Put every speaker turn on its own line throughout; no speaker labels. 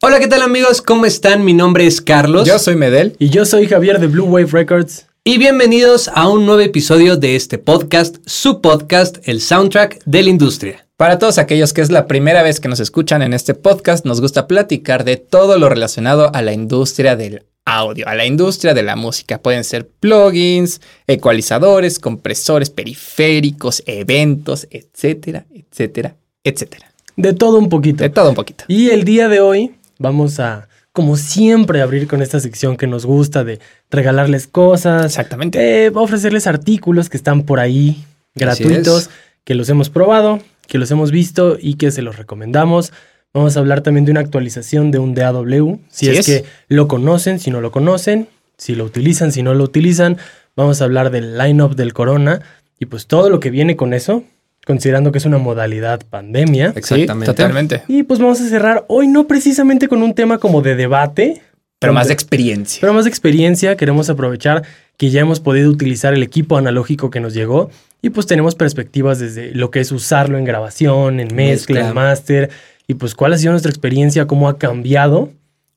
Hola, ¿qué tal amigos? ¿Cómo están? Mi nombre es Carlos.
Yo soy Medel.
Y yo soy Javier de Blue Wave Records.
Y bienvenidos a un nuevo episodio de este podcast, su podcast, el soundtrack de la industria.
Para todos aquellos que es la primera vez que nos escuchan en este podcast, nos gusta platicar de todo lo relacionado a la industria del audio, a la industria de la música. Pueden ser plugins, ecualizadores, compresores, periféricos, eventos, etcétera, etcétera, etcétera.
De todo un poquito.
De todo un poquito.
Y el día de hoy vamos a, como siempre, abrir con esta sección que nos gusta de regalarles cosas,
Exactamente.
de ofrecerles artículos que están por ahí gratuitos,
es.
que los hemos probado, que los hemos visto y que se los recomendamos. Vamos a hablar también de una actualización de un DAW, si
Así
es,
es.
que lo conocen, si no lo conocen, si lo utilizan, si no lo utilizan. Vamos a hablar del line-up del corona y pues todo lo que viene con eso, considerando que es una modalidad pandemia.
Exactamente.
Sí, totalmente.
Y pues vamos a cerrar hoy no precisamente con un tema como de debate,
Pero más de experiencia.
pero más de experiencia, queremos aprovechar que ya hemos podido utilizar el equipo analógico que nos llegó y pues tenemos perspectivas desde lo que es usarlo en grabación, en mezcla,
Mezcla.
en máster y pues cuál ha sido nuestra experiencia, cómo ha cambiado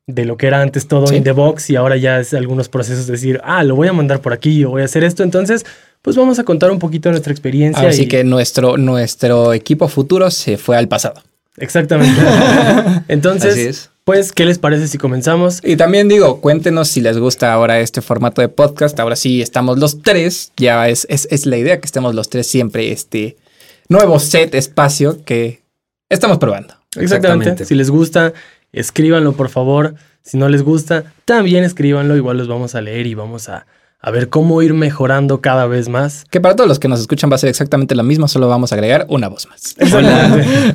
de lo que era antes todo
Sí.
in the box y ahora ya es algunos procesos de decir, ah, lo voy a mandar por aquí, yo voy a hacer esto, entonces pues vamos a contar un poquito de nuestra experiencia.
Así
y-
que nuestro, nuestro equipo futuro se fue al pasado.
Exactamente. entonces,
Así es.
pues, ¿qué les parece si comenzamos?
Y también digo, cuéntenos si les gusta ahora este formato de podcast. Ahora sí estamos los tres. Ya es, es, es la idea que estemos los tres siempre. Este nuevo set, espacio que estamos probando.
Exactamente.
Exactamente.
Si les gusta, escríbanlo, por favor. Si no les gusta, también escríbanlo. Igual los vamos a leer y vamos a, a ver cómo ir mejorando cada vez más.
Que para todos los que nos escuchan va a ser exactamente lo mismo, solo vamos a agregar una voz más.
Exactamente.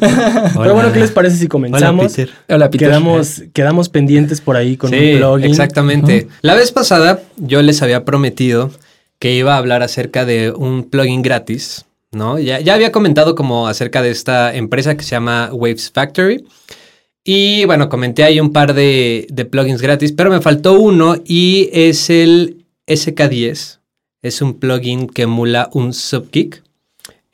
Pero bueno, ¿qué les parece si
Hola,
comenzamos?
Peter.
Hola, Peter.
quedamos, quedamos pendientes por ahí con
sí,
un plugin.
exactamente. La vez pasada yo les había prometido que iba a hablar acerca de un plugin gratis, ¿no? Ya, ya había comentado como acerca de esta empresa que se llama Waves Factory. Y bueno, comenté ahí un par de, de plugins gratis, pero me faltó uno y es el SK10. Es un plugin que emula un subkick.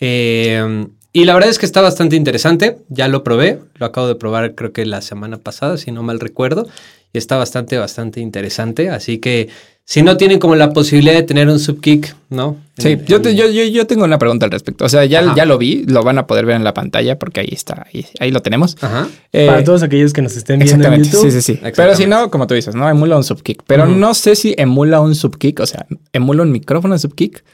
Eh, y la verdad es que está bastante interesante. Ya lo probé. Lo acabo de probar creo que la semana pasada, si no mal recuerdo. Y está bastante, bastante interesante. Así que si no tienen como la posibilidad de tener un subkick, ¿no?
Sí,
En-
yo, te-
en-
yo, yo, yo tengo una pregunta al respecto. O sea, ya,
Ajá.
ya lo vi, lo van a poder ver en la pantalla porque ahí está, ahí, ahí lo tenemos.
Ajá.
Eh,
Para todos aquellos que nos estén viendo en
Exactamente,
YouTube.
sí, sí, sí. Pero si no, como tú dices, no emula un subkick. Pero
Ujú.
no sé si emula un subkick, o sea, emula un micrófono de subkick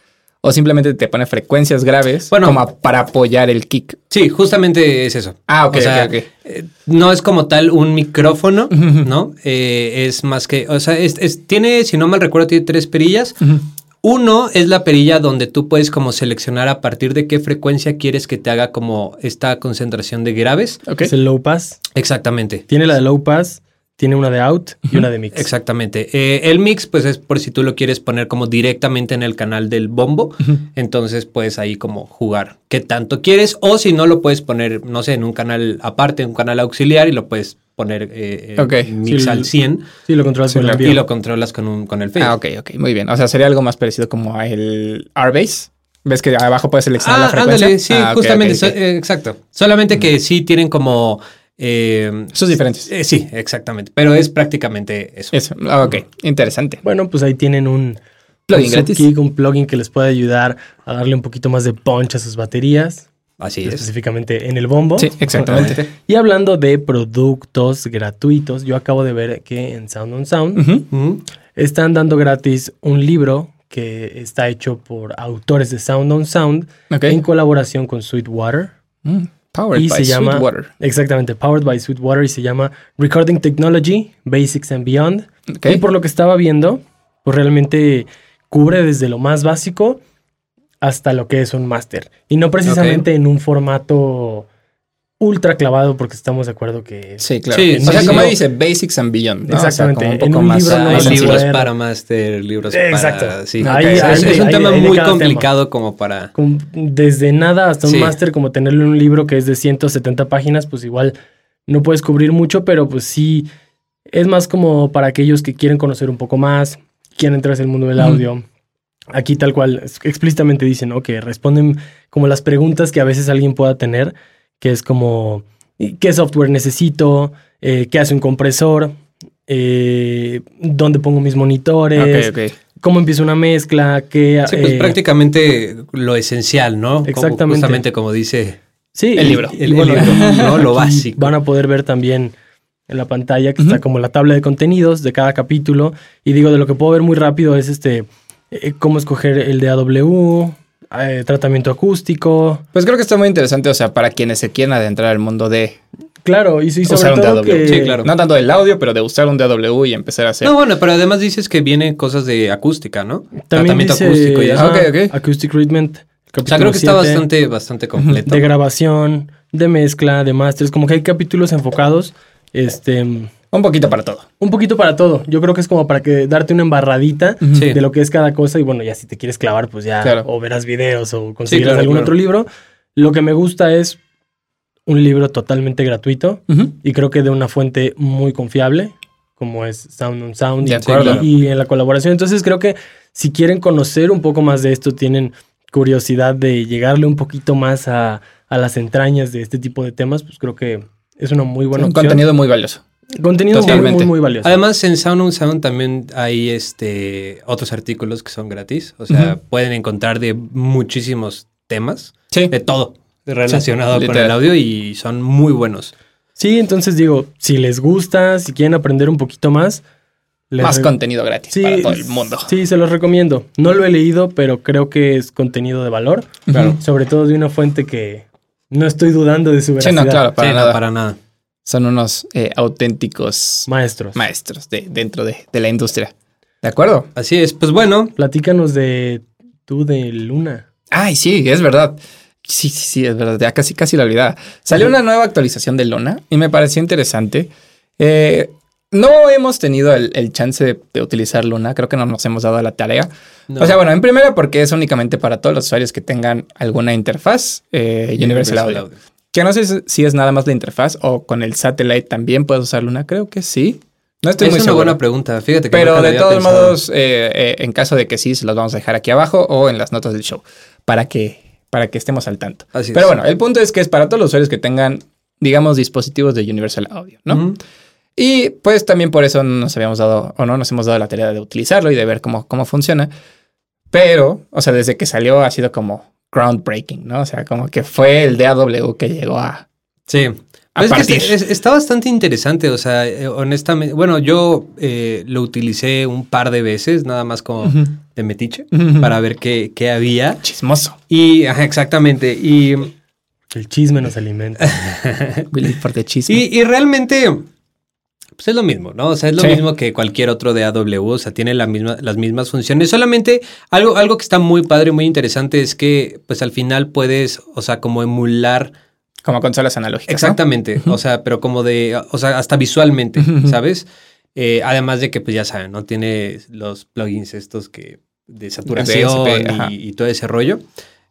o simplemente te pone frecuencias graves
Bueno.
como a- para apoyar el kick.
Sí, justamente es eso.
Ah, ok,
O sea,
ok, ok.
eh, no es como tal un micrófono,
Ujú.
¿no? Eh, es más que, o sea, es- es- tiene, si no mal recuerdo, tiene tres perillas.
Ujú.
Uno es la perilla donde tú puedes como seleccionar a partir de qué frecuencia quieres que te haga como esta concentración de graves.
Ok.
Es el low pass.
Exactamente.
Tiene la de low pass, tiene una de out y una de mix.
Exactamente. Eh, el mix, pues es por si tú lo quieres poner como directamente en el canal del bombo. Entonces puedes ahí como jugar qué tanto quieres. O si no, lo puedes poner, no sé, en un canal aparte, en un canal auxiliar y lo puedes poner eh, eh,
Ok.
mix
Sí,
al
lo-
100
Sí, lo controlas
Sí,
con el
claro.
envío.
y lo controlas con, un, con el fade.
Ah, ok, ok, muy bien. O sea, sería algo más parecido como a el R-Base. ¿Ves que abajo puedes seleccionar la
Ah,
frecuencia?
ándale, sí,
Ah, ok,
justamente,
ok,
so-
ok.
eh, exacto. Solamente que sí tienen como... eh,
Sus diferencias.
eh, sí, exactamente. Pero es prácticamente eso.
Eso, ah, ok, interesante.
Bueno, pues ahí tienen un
Plugin
un
gratis.
subkick, un plugin que les puede ayudar a darle un poquito más de punch a sus baterías,
Así es.
específicamente en el bombo.
Sí, exactamente.
Y hablando de productos gratuitos, yo acabo de ver que en Sound on Sound
Ujú.
Ujú.
están dando gratis un libro que está hecho por autores de Sound on Sound
Ok.
en colaboración con Sweetwater.
Mm, Powered
y
by
se llama
Sweetwater.
exactamente Powered by Sweetwater y se llama Recording Technology Basics and Beyond.
Ok.
Y por lo que estaba viendo, pues realmente cubre desde lo más básico hasta lo que es un máster. Y no precisamente en un formato ultra clavado, porque estamos de acuerdo que...
Sí, claro.
Sí,
o sea,
sí,
como
sí.
dice, Basics and Beyond. ¿no? O sea, como
Exactamente.
un
En
poco
un
más.
libro no
Hay
vas a
sí,
libros
poder-
para máster, libros
Exacto.
para... Sí.
Ahí-
es,
ahí-
es un
ahí-
tema
ahí de
muy
cada tema.
complicado como para...
con- desde nada hasta un
Sí.
máster, como tenerle un libro que es de 170 páginas, pues igual no puedes cubrir mucho, pero pues sí, es más como para aquellos que quieren conocer un poco más, quieren entrar en el mundo del
Ujú.
audio. Aquí tal cual, es- explícitamente dicen, ¿no? Que responden como las preguntas que a veces alguien pueda tener, que es como, ¿y ¿qué software necesito? eh, qué hace un compresor, eh, dónde pongo mis monitores,
Ok, ok.
cómo empiezo una mezcla, qué...
Sí, pues
eh,
prácticamente lo esencial, ¿no? Como-
Exactamente.
justamente como dice
sí,
el
y-
libro.
y
el, el
bueno,
libro, ¿no? Lo
Aquí
básico.
Van a poder ver también en la pantalla que está como la tabla de contenidos de cada capítulo. Y digo, de lo que puedo ver muy rápido es este eh, cómo escoger el de AW, eh, tratamiento acústico.
Pues creo que está muy interesante, o sea, para quienes se quieran adentrar al mundo de
Claro, y, y sobre
usar un
todo
DAW.
que...
Sí, claro.
No tanto del audio, pero de usar un DAW y empezar a hacer.
No, bueno, pero además dices que vienen cosas de acústica, ¿no?
También
Tratamiento
dice,
acústico y eso.
Ah,
ajá,
ok, ok.
Acoustic Treatment.
O sea, creo que está
capítulo siete.
bastante, bastante completo.
de grabación, de mezcla, de masters, como que hay capítulos enfocados, este, un
Un poquito para todo.
poquito para todo. Yo creo que es como para que darte una embarradita
Sí.
de lo que es cada cosa y bueno, ya si te quieres clavar, pues ya
Claro.
o verás videos o conseguirás
claro,
algún
claro.
otro libro. Lo que me gusta es un libro totalmente gratuito y creo que de una fuente muy confiable, como es Sound on Sound
De
y-
acuerdo.
y, en la colaboración. Entonces creo que si quieren conocer un poco más de esto, tienen curiosidad de llegarle un poquito más a, a las entrañas de este tipo de temas, pues creo que es una muy buena
un
opción.
contenido muy valioso.
Contenido muy,
Totalmente.
muy, muy valioso.
Además, en Sound on Sound también hay este otros artículos que son gratis. O sea, pueden encontrar de muchísimos temas,
Sí.
de todo relacionado con
Literal.
el audio y son muy buenos.
Sí, entonces digo, si les gusta, si quieren aprender un poquito más, les
Más
re-
contenido gratis para todo el mundo.
Sí, se los recomiendo. No lo he leído, pero creo que es contenido de valor.
Claro.
Sobre todo de una fuente que no estoy dudando de su
Sí,
veracidad.
no, claro, Ah, para
Sí, no,
nada.
para nada.
Son unos eh, auténticos
Maestros,
maestros de, dentro de, de la industria. ¿De acuerdo?
Así es. Pues bueno,
platícanos de tú de Luna.
Ay, sí, es verdad. Sí, sí, sí, es verdad. Ya casi, casi la olvidaba. Salió una nueva actualización de Lona y me pareció interesante. Eh, no hemos tenido el, el chance de, de utilizar Luna. Creo que no nos hemos dado la tarea.
No.
O sea, bueno, en primera, porque es únicamente para todos los usuarios que tengan alguna interfaz eh, Universal, Audio. Que no sé si- si es nada más la interfaz o con el satellite también puedes usar Luna. Creo que sí. No estoy
es
muy
una
seguro.
buena pregunta. Fíjate que nunca
Pero
la
de
había
todos
pensado.
modos, eh, eh, en caso de que sí, se los vamos a dejar aquí abajo o en las notas del show para que, para que estemos al tanto.
Así es.
Pero bueno, el punto es que es para todos los usuarios que tengan, digamos, dispositivos de Universal Audio, ¿no?
Ujú.
Y pues también por eso no nos habíamos dado o no nos hemos dado la tarea de utilizarlo y de ver cómo, cómo funciona. Pero, o sea, desde que salió ha sido como groundbreaking, ¿no? O sea, como que fue el DAW que llegó a...
Sí.
A
Pues es que
partir.
está, es- está bastante interesante, o sea, eh, honestamente, bueno, yo eh, lo utilicé un par de veces, nada más como
Ujú.
de metiche,
Ujú.
para ver qué, qué había.
Chismoso.
Y, ajá, exactamente, y,
El chisme nos alimenta.
Willy por de chisme.
y, y realmente, pues es lo mismo, ¿no? O sea, es lo
Sí.
mismo que cualquier otro de AW, o sea, tiene la misma, las mismas funciones, solamente algo, algo que está muy padre, muy interesante es que, pues al final puedes, o sea, como emular
como consolas analógicas. ¿no?
Exactamente, o sea, pero como de, o sea, hasta visualmente,
Ujú, ujú.
¿sabes? Eh, además de que, pues ya saben, ¿no? Tiene los plugins estos que de saturación
DSP, ajá.
y, y todo ese rollo.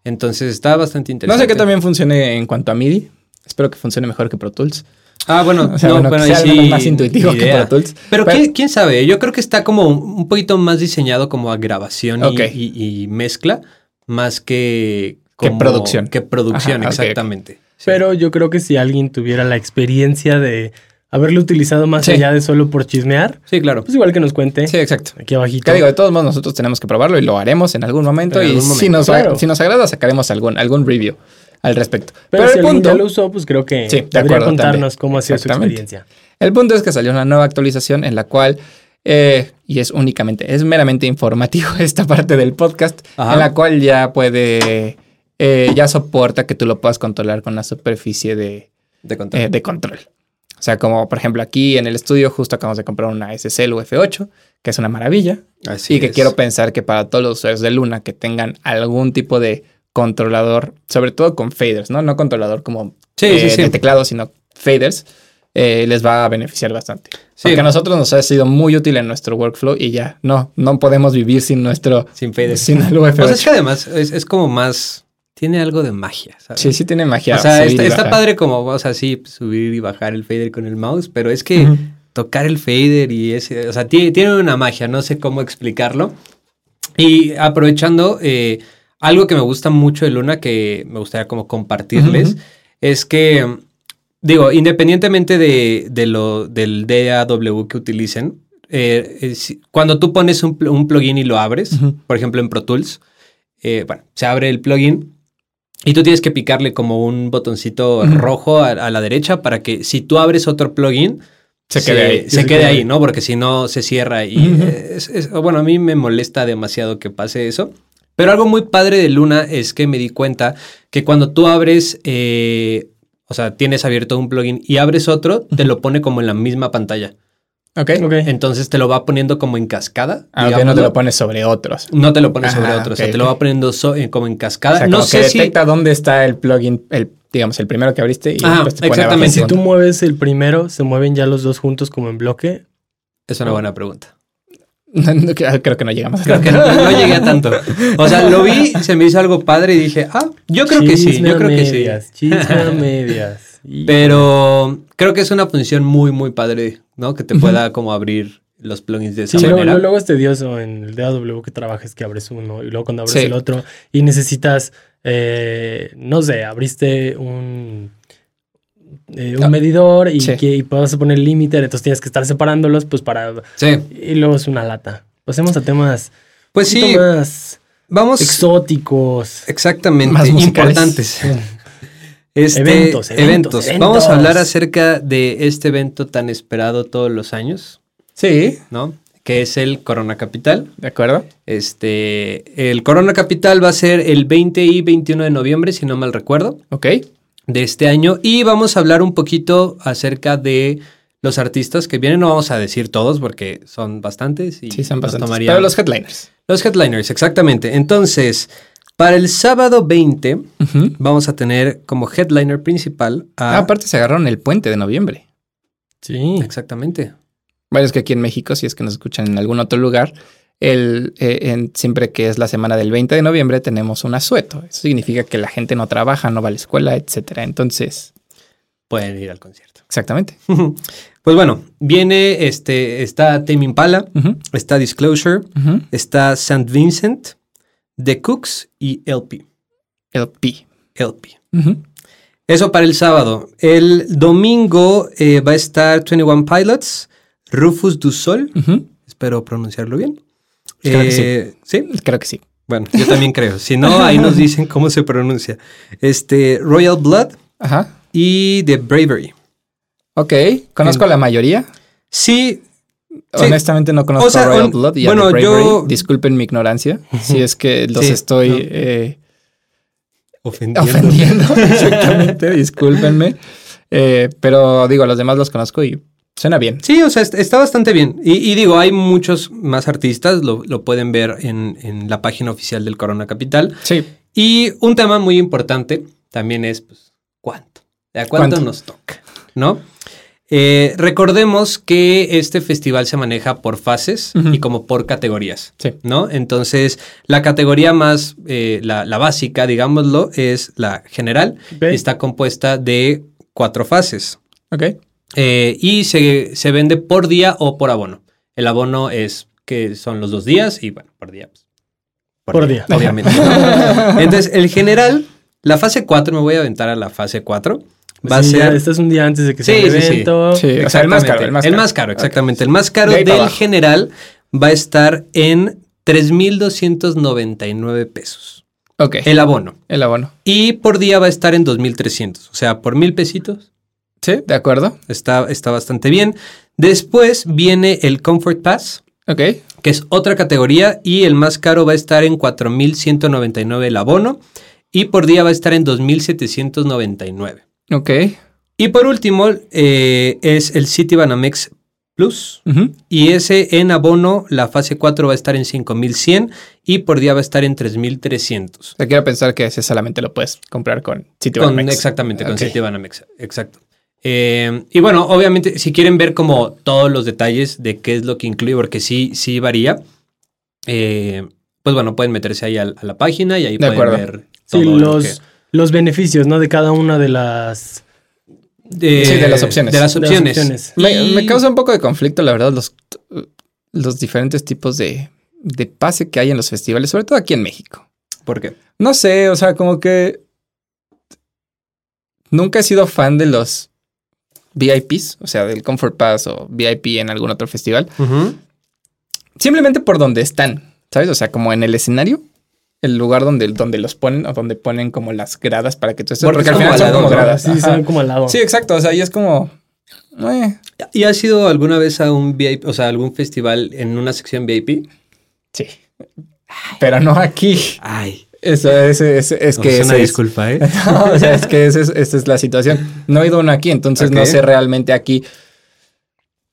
Entonces está bastante
No
interesante.
sé qué también funcione en cuanto a MIDI. Espero que funcione mejor que Pro Tools.
Ah, bueno,
O sea,
no,
bueno,
bueno,
que
ahí
sea
sí,
algo más intuitivo
ni
que
idea.
Pro Tools.
Pero,
Pero-
¿quién, quién sabe, yo creo que está como un poquito más diseñado como a grabación y-
Ok.
y, y mezcla, más que...
Que
como-
producción.
Que producción,
Ajá, ok, ok.
exactamente. Sí.
Pero yo creo que si alguien tuviera la experiencia de haberlo utilizado más
Sí.
allá de solo por chismear,
Sí, claro.
pues igual que nos cuente
Sí, exacto.
aquí abajito.
Que digo, de todos modos, nosotros tenemos que probarlo y lo haremos en algún momento.
En
y
algún
si,
momento,
nos,
claro.
si nos agrada, sacaremos algún, algún review al respecto.
pero,
Pero, el,
si alguien
punto,
ya lo usó, pues creo que
Sí, de
podría
acuerdo,
contarnos
también.
cómo ha sido su
Exactamente.
experiencia.
el punto es que salió una nueva actualización en la cual, eh, y es únicamente, es meramente informativo esta parte del podcast,
Ajá.
en la cual ya puede, eh, ya soporta que tú lo puedas controlar con la superficie de,
Te conté.
eh, de control. O sea, como por ejemplo aquí en el estudio justo acabamos de comprar una SSL UF8, que es una maravilla,
Así
y que
es.
quiero pensar que para todos los usuarios de Luna que tengan algún tipo de controlador, sobre todo con faders, ¿no? No controlador como
Sí,
eh,
sí, sí.
de teclado, sino faders, eh, les va a beneficiar bastante.
Sí.
Porque a nosotros nos ha sido muy útil en nuestro workflow y ya, no, no podemos vivir sin nuestro...
Sin faders.
Sin el UF8.
O sea, es que además es, es como más. Tiene algo de magia, ¿sabes?
sí, sí tiene magia.
o sea,
subir
está,
y
está
bajar.
padre como, o sea, sí, subir y bajar el fader con el mouse, pero es que
Ujú.
tocar el fader y ese. O sea, tiene, tiene una magia, no sé cómo explicarlo. Y aprovechando, eh, algo que me gusta mucho de Luna, que me gustaría como compartirles,
Ujú,
es que Digo, independientemente de, de lo, del DAW que utilicen, eh, eh, si- cuando tú pones un, pl- un plugin y lo abres,
Ujú.
por ejemplo en Pro Tools, eh, bueno, se abre el plugin y tú tienes que picarle como un botoncito
Ujú.
rojo a, a la derecha para que si tú abres otro plugin,
Se quede ahí.
se
se
quede
quede
ahí,
ahí.
¿no? Porque si no, se cierra. Y
Ujú.
eh, es- es- bueno, a mí me molesta demasiado que pase eso. Pero algo muy padre de Luna es que me di cuenta que cuando tú abres, eh, o sea, tienes abierto un plugin y abres otro, te lo pone como en la misma pantalla.
Ok.
Ok.
Entonces te lo va poniendo como en cascada.
Ah, ok, no
digámoslo.
te lo pones sobre otros.
No te lo pone sobre
Ajá,
otro, o sea,
ok,
te lo
ok.
va poniendo so- eh, como en
O
cascada.
sea,
no
como
sé
que
si.
detecta dónde está el plugin, el, digamos, el primero que abriste y
Ajá,
después te pone abajo el
exactamente.
Si tú
segundo.
mueves el primero, ¿se mueven ya los dos juntos como en bloque?
Es una buena pregunta.
No, no, creo creo que no llegamos.
Creo que no, no llegué a tanto. O sea, lo vi, se me hizo algo padre y dije, ah, yo creo que sí,
Chisme
yo
a
creo que sí.
medias, Chisme a medias. Y-
Pero creo que es una función muy, muy padre, ¿no? Que te pueda como abrir los plugins de esa
Sí, luego,
manera.
luego- luego es tedioso en el DAW que trabajes que abres uno y luego cuando abres
Sí.
el otro y necesitas, eh, no sé, abriste un, eh, un
Ah,
medidor y,
sí.
que, y vas a poner límite, entonces tienes que estar separándolos pues para...
Sí.
Y luego es una lata. Pasemos a temas
Pues
un
sí,
poquito más
vamos.
exóticos.
Exactamente,
Más musicales.
importantes. Este,
Eventos, eventos, eventos.
Vamos a hablar acerca de este evento tan esperado todos los años,
Sí,
¿no? Que es el Corona Capital.
de acuerdo.
Este, el Corona Capital va a ser el 20 y 21 de noviembre, si no mal recuerdo.
Ok.
de este año y vamos a hablar un poquito acerca de los artistas que vienen. No vamos a decir todos porque son bastantes y
Sí, son
nos
bastantes.
tomaría-
Pero los headliners.
los headliners, exactamente. Entonces, para el sábado 20
Ujú.
vamos a tener como headliner principal
Ah,
a...
aparte se agarraron el puente de noviembre.
Sí.
exactamente.
Bueno, es que aquí en México, si es que nos escuchan en algún otro lugar, el, eh, en- siempre que es la semana del 20 de noviembre tenemos un asueto. Eso significa que la gente no trabaja, no va a la escuela, etcétera. Entonces,
Pueden ir al concierto.
exactamente.
pues bueno, viene este, está Tame Impala,
Ujú,
está Disclosure,
ujú.
está St. Vincent, The Cooks y LP.
LP.
LP.
Ujú.
Eso para el sábado. El domingo eh, va a estar 21 Pilots, Rufus du Sol,
Ujú.
espero pronunciarlo bien.
Creo que
Eh, sí.
Creo que sí.
bueno, yo también creo. Si no, ahí nos dicen cómo se pronuncia. Este, Royal Blood
Ajá.
y The Bravery.
Ok, conozco a la mayoría.
Sí, Sí.
Honestamente no conozco
O sea,
a Royal
on-
Blood y a
bueno,
The Bravery.
yo-
Disculpen mi ignorancia si es que los
Sí,
estoy
no.
eh,
ofendiendo.
ofendiendo. Exactamente, discúlpenme. Eh, pero digo, a los demás los conozco y suena bien.
Sí, o sea, est- está bastante bien. Y, y digo, hay muchos más artistas, lo, lo pueden ver en, en la página oficial del Corona Capital.
Sí.
Y un tema muy importante también es, pues, ¿cuánto? ¿De a cuánto,
¿Cuánto?
nos toca? ¿No? Eh, recordemos que este festival se maneja por fases
Ujú.
y como por categorías,
Sí.
¿no? Entonces, la categoría más, eh, la, la básica, digámoslo, es la general
Ok.
y está compuesta de cuatro fases.
Ok.
Eh, y se, se vende por día o por abono. El abono es que son los dos días y bueno, por día. pues,
Por día.
Obviamente. Entonces, el general, la fase 4, me voy a aventar a la fase 4. Va a
Sí, ya,
ser.
Este es un día antes de que
Sí,
sea el
sí, sí.
evento.
Sí, o sea, el más caro.
Exactamente,
El más caro,
exactamente. El más caro
De ahí
del
para abajo.
general va a estar en 3,299 pesos.
Ok. El,
El abono.
abono.
Y por día va a estar en 2,300. O sea, por mil pesitos.
Sí. De acuerdo.
Está, está bastante bien. Después viene el Comfort Pass,
Ok.
que es otra categoría, y el más caro va a estar en 4.199 el abono, y por día va a estar en 2.799.
Ok.
Y por último eh, es el City Banamex Plus,
Ujú.
y ese en abono, la fase 4 va a estar en 5.100 y por día va a estar en 3.300.
O sea, quiero pensar que ese solamente lo puedes comprar con
Con-
Citibanamex.
exactamente, con
Ok.
Citibanamex, exacto. Eh, y bueno, obviamente, si quieren ver como todos los detalles de qué es lo que incluye, porque sí, sí varía, eh, pues bueno, pueden meterse ahí al- a, la página y ahí
De
pueden
acuerdo.
ver todo
Sí,
lo
los,
que-
los beneficios, ¿no? De cada una de las...
de,
Sí, de las opciones.
De las
De las
opciones.
opciones.
Me,
Y-
me causa un poco de conflicto, la verdad, los, los diferentes tipos de, de pase que hay en los festivales, sobre todo aquí en México.
¿Por qué?
No sé, o sea, como que nunca he sido fan de los VIPs, o sea, del Comfort Pass o VIP en algún otro festival,
Ujú.
simplemente por donde están, ¿sabes? O sea, como en el escenario, el lugar donde, donde los ponen o donde ponen como las gradas para que tú estés.
Porque
Porque,
es
al
como
final son
al lado,
como
¿no?
gradas.
Sí,
ajá.
son como al lado.
Sí, exacto. O sea, y es como. eh,
¿Y has ido alguna vez a un VIP, o sea, algún festival en una sección VIP?
sí. Pero no aquí.
Ay,
Eso es, es, es que.
es una
ese es-
disculpa, ¿eh?
o sea, es que ese es- esa es la situación. No he ido a uno aquí, entonces no
Ok.
sé realmente aquí.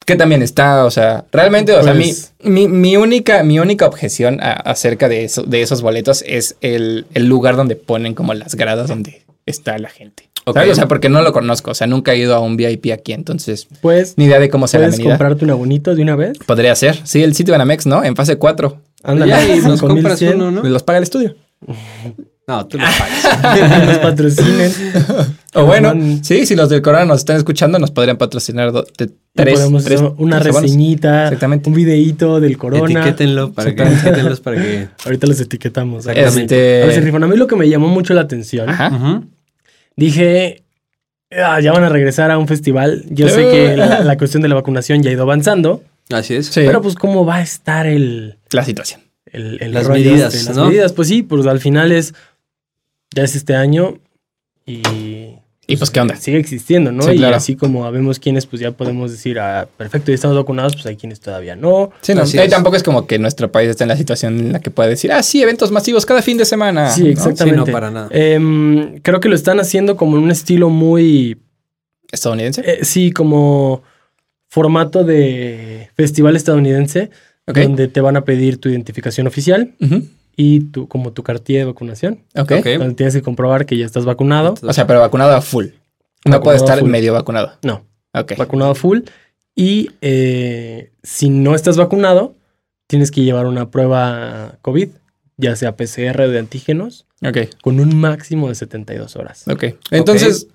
Que también está, o sea, realmente, o sea, mi,
Pues-
mi, mi única, mi única objeción a- acerca de, eso, de esos boletos es el, el lugar donde ponen como las gradas donde está la gente.
Ok.
¿Sabes? O sea, porque no lo conozco, o sea, nunca he ido a un VIP aquí, entonces
Pues
ni idea de cómo sea la
puedes
avenida.
comprarte un abonito de una vez.
Podría ser, sí, el sitio Banamex, ¿no? En fase 4,
Ándale,
Ya, y nos compras
5100,
uno, ¿no? Ah,
los paga el estudio.
No, tú lo pagas.
nos patrocinen.
O bueno,
manden.
sí, si los del Corona nos están escuchando, nos podrían patrocinar do- de
Tres,
tres,
podemos
tres-
hacer una
tres abonos.
reseñita,
Exactamente.
un videíto del corona.
Etiquétenlo para que, etiquétenlos para que...
Ahorita los etiquetamos. A ver,
Exactamente.
Este,
se rifan. A mí lo que me llamó mucho la atención,
Ajá.
Ujú.
dije, "Ah, ya van a regresar a un festival. Yo sé que la, la cuestión de la vacunación ya ha ido avanzando,
Así es. Ah,
Sí,
pero pues cómo va a estar el...
la situación.
el, el
Las
rollo
medidas,
este,
¿no?
Las medidas, pues sí, pues al final es, ya es este año y
Y pues, ¿qué onda?
sigue existiendo, ¿no?
Sí,
y
claro.
así como sabemos quiénes, pues ya podemos decir, ah, perfecto, ya estamos vacunados, pues hay quienes todavía no.
Sí, no,
Así
eh,
es.
tampoco es como que nuestro país está en la situación en la que pueda decir, ah, sí, eventos masivos cada fin de semana.
Sí,
¿no?
exacto.
Sí, no,
Exactamente.
para nada.
Em, creo que lo están haciendo como en un estilo muy,
Estadounidense.
eh, sí, como formato de festival estadounidense,
ok.
donde te van a pedir tu identificación oficial
Ujú,
y tu, como tu cartilla de vacunación,
ok.
Ok.
donde tienes que comprobar que ya estás vacunado.
O sea, pero vacunado a full. No
Vacunado
puede estar
full.
medio vacunado.
No,
Ok.
vacunado full. Y eh, si no estás vacunado, tienes que llevar una prueba COVID, ya sea PCR o de antígenos,
Ok.
con un máximo de 72 horas.
Ok. Entonces,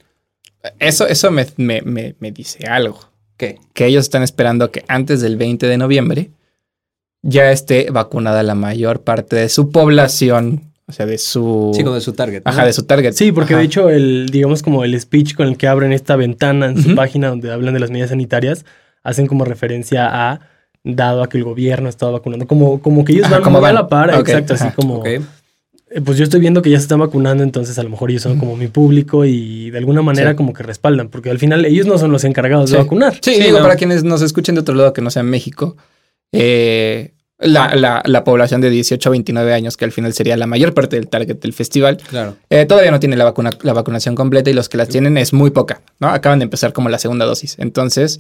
eso, eso me, me- me- me dice algo.
¿Qué?
Que ellos están esperando que antes del 20 de noviembre ya esté vacunada la mayor parte de su población. O sea, de su.
Sí, como de su target. ¿no?
Ajá, de su target.
Sí, porque
Ajá.
de hecho el, digamos como el speech con el que abren esta ventana en su
Ujú.
página donde hablan de las medidas sanitarias, hacen como referencia a dado a que el gobierno ha estado vacunando, como, como que ellos
Ajá,
van
como
muy a
van.
la par,
Ok,
exacto, así
ajá,
como
Ok.
eh, pues yo estoy viendo que ya se están vacunando, entonces a lo mejor ellos son como mi público y de alguna manera
Sí.
como que respaldan, porque al final ellos no son los encargados
Sí.
de vacunar.
Sí, digo,
¿no?
para quienes nos escuchen de otro lado que no sea México, eh, la, la- la población de 18 a 29 años, que al final sería la mayor parte del target del festival,
Claro.
eh, todavía no tiene la, vacuna, la vacunación completa y los que las tienen es muy poca, ¿no? Acaban de empezar como la segunda dosis. Entonces,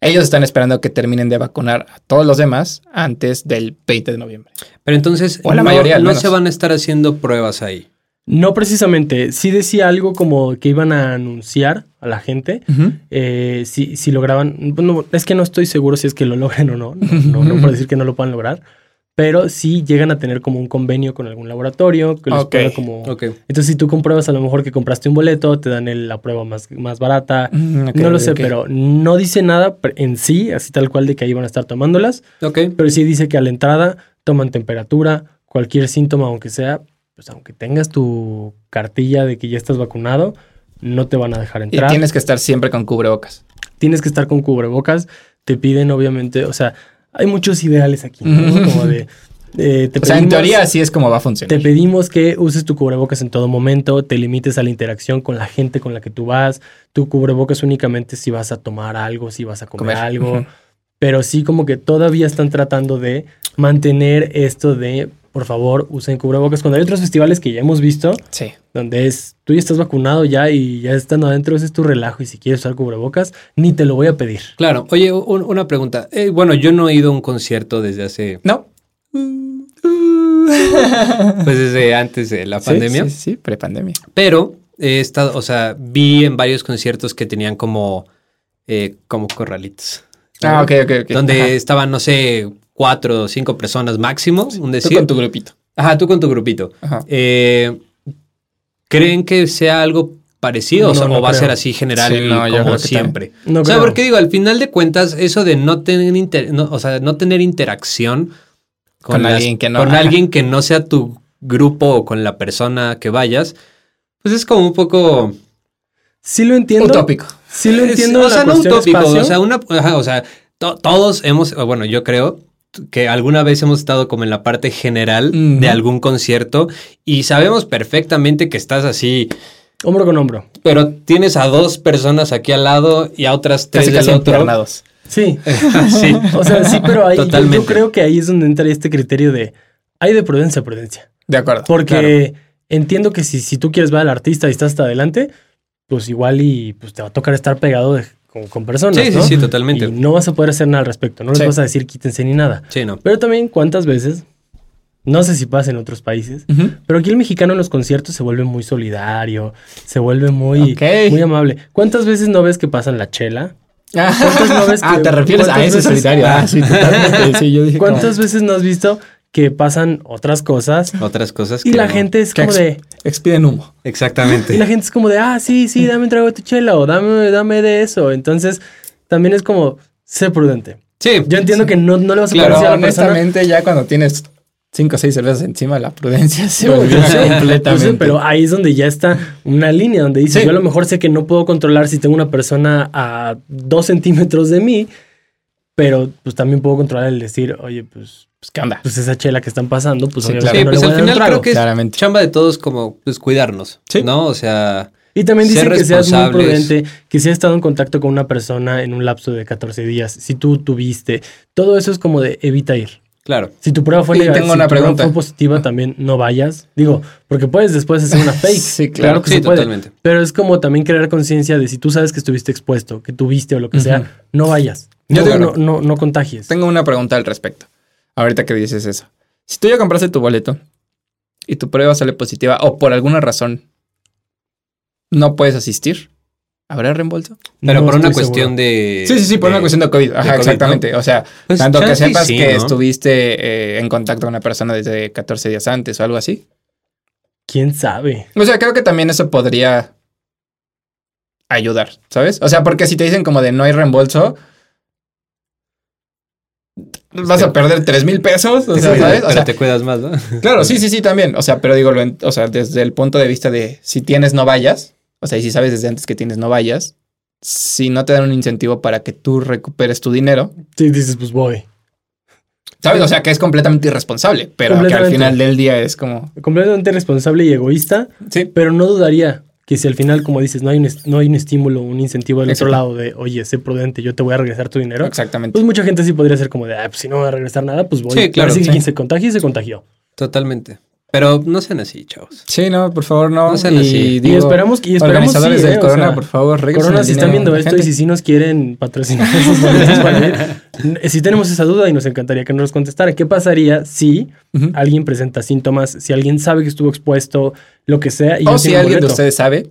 ellos están esperando que terminen de vacunar a todos los demás antes del 20 de noviembre.
Pero entonces
O la
no,
mayoría, al
no
menos.
se van a estar haciendo pruebas ahí.
No precisamente, sí decía algo como que iban a anunciar a la gente. eh, si, si lograban, bueno, es que no estoy seguro si es que lo logren o no, no, no, no por decir que no lo puedan lograr, pero sí llegan a tener como un convenio con algún laboratorio que les
Ok,
pueda como...
Ok.
Entonces, si tú compruebas a lo mejor que compraste un boleto, te dan el- la prueba más, más barata.
Mm, ok,
no lo sé,
ok.
pero no dice nada pre- en sí, así tal cual de que ahí van a estar tomándolas,
Ok.
pero sí dice que a la entrada toman temperatura, cualquier síntoma, aunque sea, pues aunque tengas tu cartilla de que ya estás vacunado, no te van a dejar
Y
entrar
tienes que estar siempre con cubrebocas.
tienes que estar con cubrebocas, te piden obviamente, o sea, hay muchos ideales aquí, ¿no?
Ujú.
Como de, eh, te
O sea, en
pedimos-
teoría así es como va a
Te
funcionar.
pedimos que uses tu cubrebocas en todo momento, te limites a la interacción con la gente con la que tú vas, tu cubrebocas únicamente si vas a tomar algo, si vas a comer,
Comer.
algo,
Ujú.
pero sí como que todavía están tratando de mantener esto de, por favor, usen cubrebocas. Cuando hay otros festivales que ya hemos visto,
Sí.
donde es, tú ya estás vacunado ya y ya estando adentro, ese es tu relajo y si quieres usar cubrebocas, ni te lo voy a pedir.
Claro. Oye, un- una pregunta. Eh, bueno, yo no he ido a un concierto desde hace...
¿No?
Pues desde antes de la pandemia.
Sí, sí, sí, prepandemia.
Pero he estado... O sea, vi en varios conciertos que tenían como... eh, como corralitos.
Ah, ok, ok, ok.
Donde
Ajá.
estaban, no sé, cuatro o cinco personas máximo. Un
Tú
decir.
con tu grupito.
Ajá, tú con tu grupito.
Ajá.
Eh, ¿Creen que sea algo parecido o, sea,
No, no
o va
creo.
a ser así general
Sí, no, yo creo
como
que
siempre?
No
o sea,
creo.
porque digo, al final de cuentas, eso de no tener, inter- no, o sea, no tener interacción
Con alguien que no-
con
ajá.
alguien que no sea tu grupo o con la persona que vayas, pues es como un poco...
Sí lo entiendo.
Utópico.
sí lo entiendo.
o sea,
la
no
cuestión
utópico,
espacio.
o sea, una, ajá, o sea, to- todos hemos, o bueno, yo creo que alguna vez hemos estado como en la parte general
Ujú.
de algún concierto y sabemos perfectamente que estás así,
hombro con hombro.
pero tienes a dos personas aquí al lado y a otras tres
Casi
del
casi
otro. Ah,
internados.
Sí.
sí.
O sea, sí, pero ahí yo- yo,
Totalmente.
creo que ahí es donde entra este criterio de hay de prudencia a prudencia.
De acuerdo. claro.
Porque entiendo que si, si tú quieres ver al artista y estás hasta adelante, pues igual y pues te va a tocar estar pegado de- con, con personas.
Sí, sí,
¿no?
sí, totalmente.
Y no vas a poder hacer nada al respecto. No les
Sí.
vas a decir quítense ni nada.
Sí, no.
Pero también, ¿cuántas veces? No sé si pasa en otros países,
Ujú.
pero aquí el mexicano en los conciertos se vuelve muy solidario, se vuelve muy,
Ok.
muy amable. ¿Cuántas veces no ves que pasan la chela? ¿Cuántas no ves
Ah,
que-
te refieres a
cuántas
ese
veces-
solidario. Ah, sí, totalmente. Sí, yo dije como-
¿Cuántas veces no has visto que pasan otras cosas?
Otras cosas
Y
que
la
no.
gente es
que
como
ex-
de.
expiden humo.
Y
Exactamente.
la gente es como de, ah, sí, sí, dame un trago de tu chela o dame, dame de eso. Entonces, también es como, sé prudente.
Sí. pues
Yo entiendo que no, no le vas a
Claro,
Pero
parecer a la persona.
honestamente, ya cuando tienes cinco o seis cervezas encima, la prudencia se
No, yo
olvida
sé,
Pues, completamente.
yo sé, pues, pero ahí es donde ya está una línea donde dice,
Sí.
yo a lo mejor sé que no puedo controlar si tengo una persona a dos centímetros de mí, pero pues también puedo controlar el decir, oye, pues,
Pues, ¿qué onda?
pues esa chela que están pasando, pues
Sí,
obviamente
claro.
Sí,
no le
pues
voy
al
a dar un
final creo
trago".
que es
claramente.
chamba de todos como pues cuidarnos,
Sí.
¿no? O sea,
Y también
Ser
dicen que seas muy
responsables.
prudente, que si has estado en contacto con una persona en un lapso de 14 días, si tú tuviste, todo eso es como de evita ir.
claro.
Si tu prueba fue
Y
negativa,
tengo una
si tu prueba
pregunta.
fue positiva, también no vayas. Digo, porque puedes después hacer una fake.
Sí, claro.
claro, que
sí,
se puede.
totalmente.
Pero es como también crear conciencia de si tú sabes que estuviste expuesto, que tuviste o lo que
Ujú.
sea, no vayas.
Yo
No,
digo-
no, no, no contagies.
Tengo una pregunta al respecto. Ahorita que dices eso. Si tú ya compraste tu boleto y tu prueba sale positiva o por alguna razón no puedes asistir, ¿habrá reembolso?
Pero
No
por una
estoy
cuestión
seguro.
de
Sí, sí, sí, por
de-
una cuestión de COVID. Ajá,
COVID, ¿no?
exactamente. O sea,
Pues,
tanto que
chance y
sepas
sí,
que
¿no?
estuviste eh, en contacto con una persona desde 14 días antes o algo así.
¿Quién sabe?
O sea, creo que también eso podría ayudar, ¿sabes? O sea, porque si te dicen como de no hay reembolso, vas a perder 3 mil pesos, o
Te
sea,
cuidas,
¿sabes? O
pero
sea,
te cuidas más, ¿no?
claro, sí, sí, sí, también. O sea, pero digo, lo en- o sea, desde el punto de vista de si tienes no vayas, o sea, y si sabes desde antes que tienes no vayas, si no te dan un incentivo para que tú recuperes tu dinero,
Sí, dices, pues voy.
¿sabes? O sea, que es completamente irresponsable, pero que al
Completamente.
final del día es como...
Completamente responsable y egoísta,
Sí,
pero no dudaría que si al final, como dices, no hay un, est- no hay un estímulo, un incentivo del
Exacto.
otro lado de, oye, sé prudente, yo te voy a regresar tu dinero,
exactamente.
pues mucha gente sí podría ser como de, ah, pues si no me va a regresar nada, pues voy.
Sí, claro,
Así que
sí.
quien se contagie, se contagió.
Totalmente. Pero no sean así, chavos.
Sí, no, por favor, no.
No sean
Y
así.
y
digo-
esperamos que... Y esperamos
Organizadores
sí,
del
eh, o
Corona,
sea,
por favor, regresen
Corona,
el
si están
dinero a
viendo
la
esto y
gente.
si sí nos quieren patrocinar esos boletos para ir, si tenemos esa duda y nos encantaría que nos contestaran, ¿qué pasaría si
Ujú.
alguien presenta síntomas, si alguien sabe que estuvo expuesto, lo que sea? Y no
O si
tiene
alguien de
boleto?
ustedes sabe,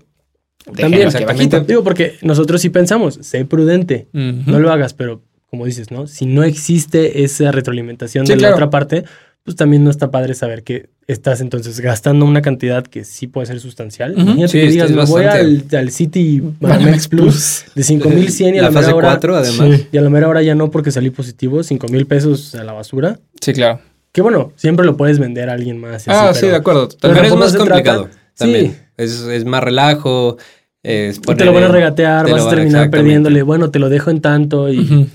También,
déjenlo aquí
exactamente.
abajito.
Digo, porque nosotros sí pensamos, sé prudente,
Ujú.
no lo hagas, pero como dices, ¿no? Si no existe esa retroalimentación
Sí,
de
claro.
la otra parte, pues también no está padre saber que estás entonces gastando una cantidad que sí puede ser sustancial.
Ujú.
Imagínate
Sí,
que
es-
digas,
es
me voy al,
bastante.
al City Banamex Plus de 5100 y a la,
la fase
mera hora.
4, además.
Y a la mera hora ya no porque salí positivo, 5 mil pesos a la basura.
Sí, claro.
Que bueno, siempre lo puedes vender a alguien más. y así,
Ah,
pero
sí, de acuerdo.
Pero,
Pero
es
tampoco
más
se
complicado
trata-
también.
Sí.
Es, es más relajo. es
te lo
poner
van a
en-
regatear,
te lo
vas a
van-
terminar
exactamente.
perdiéndole. Bueno, te lo dejo en tanto y
Ujú.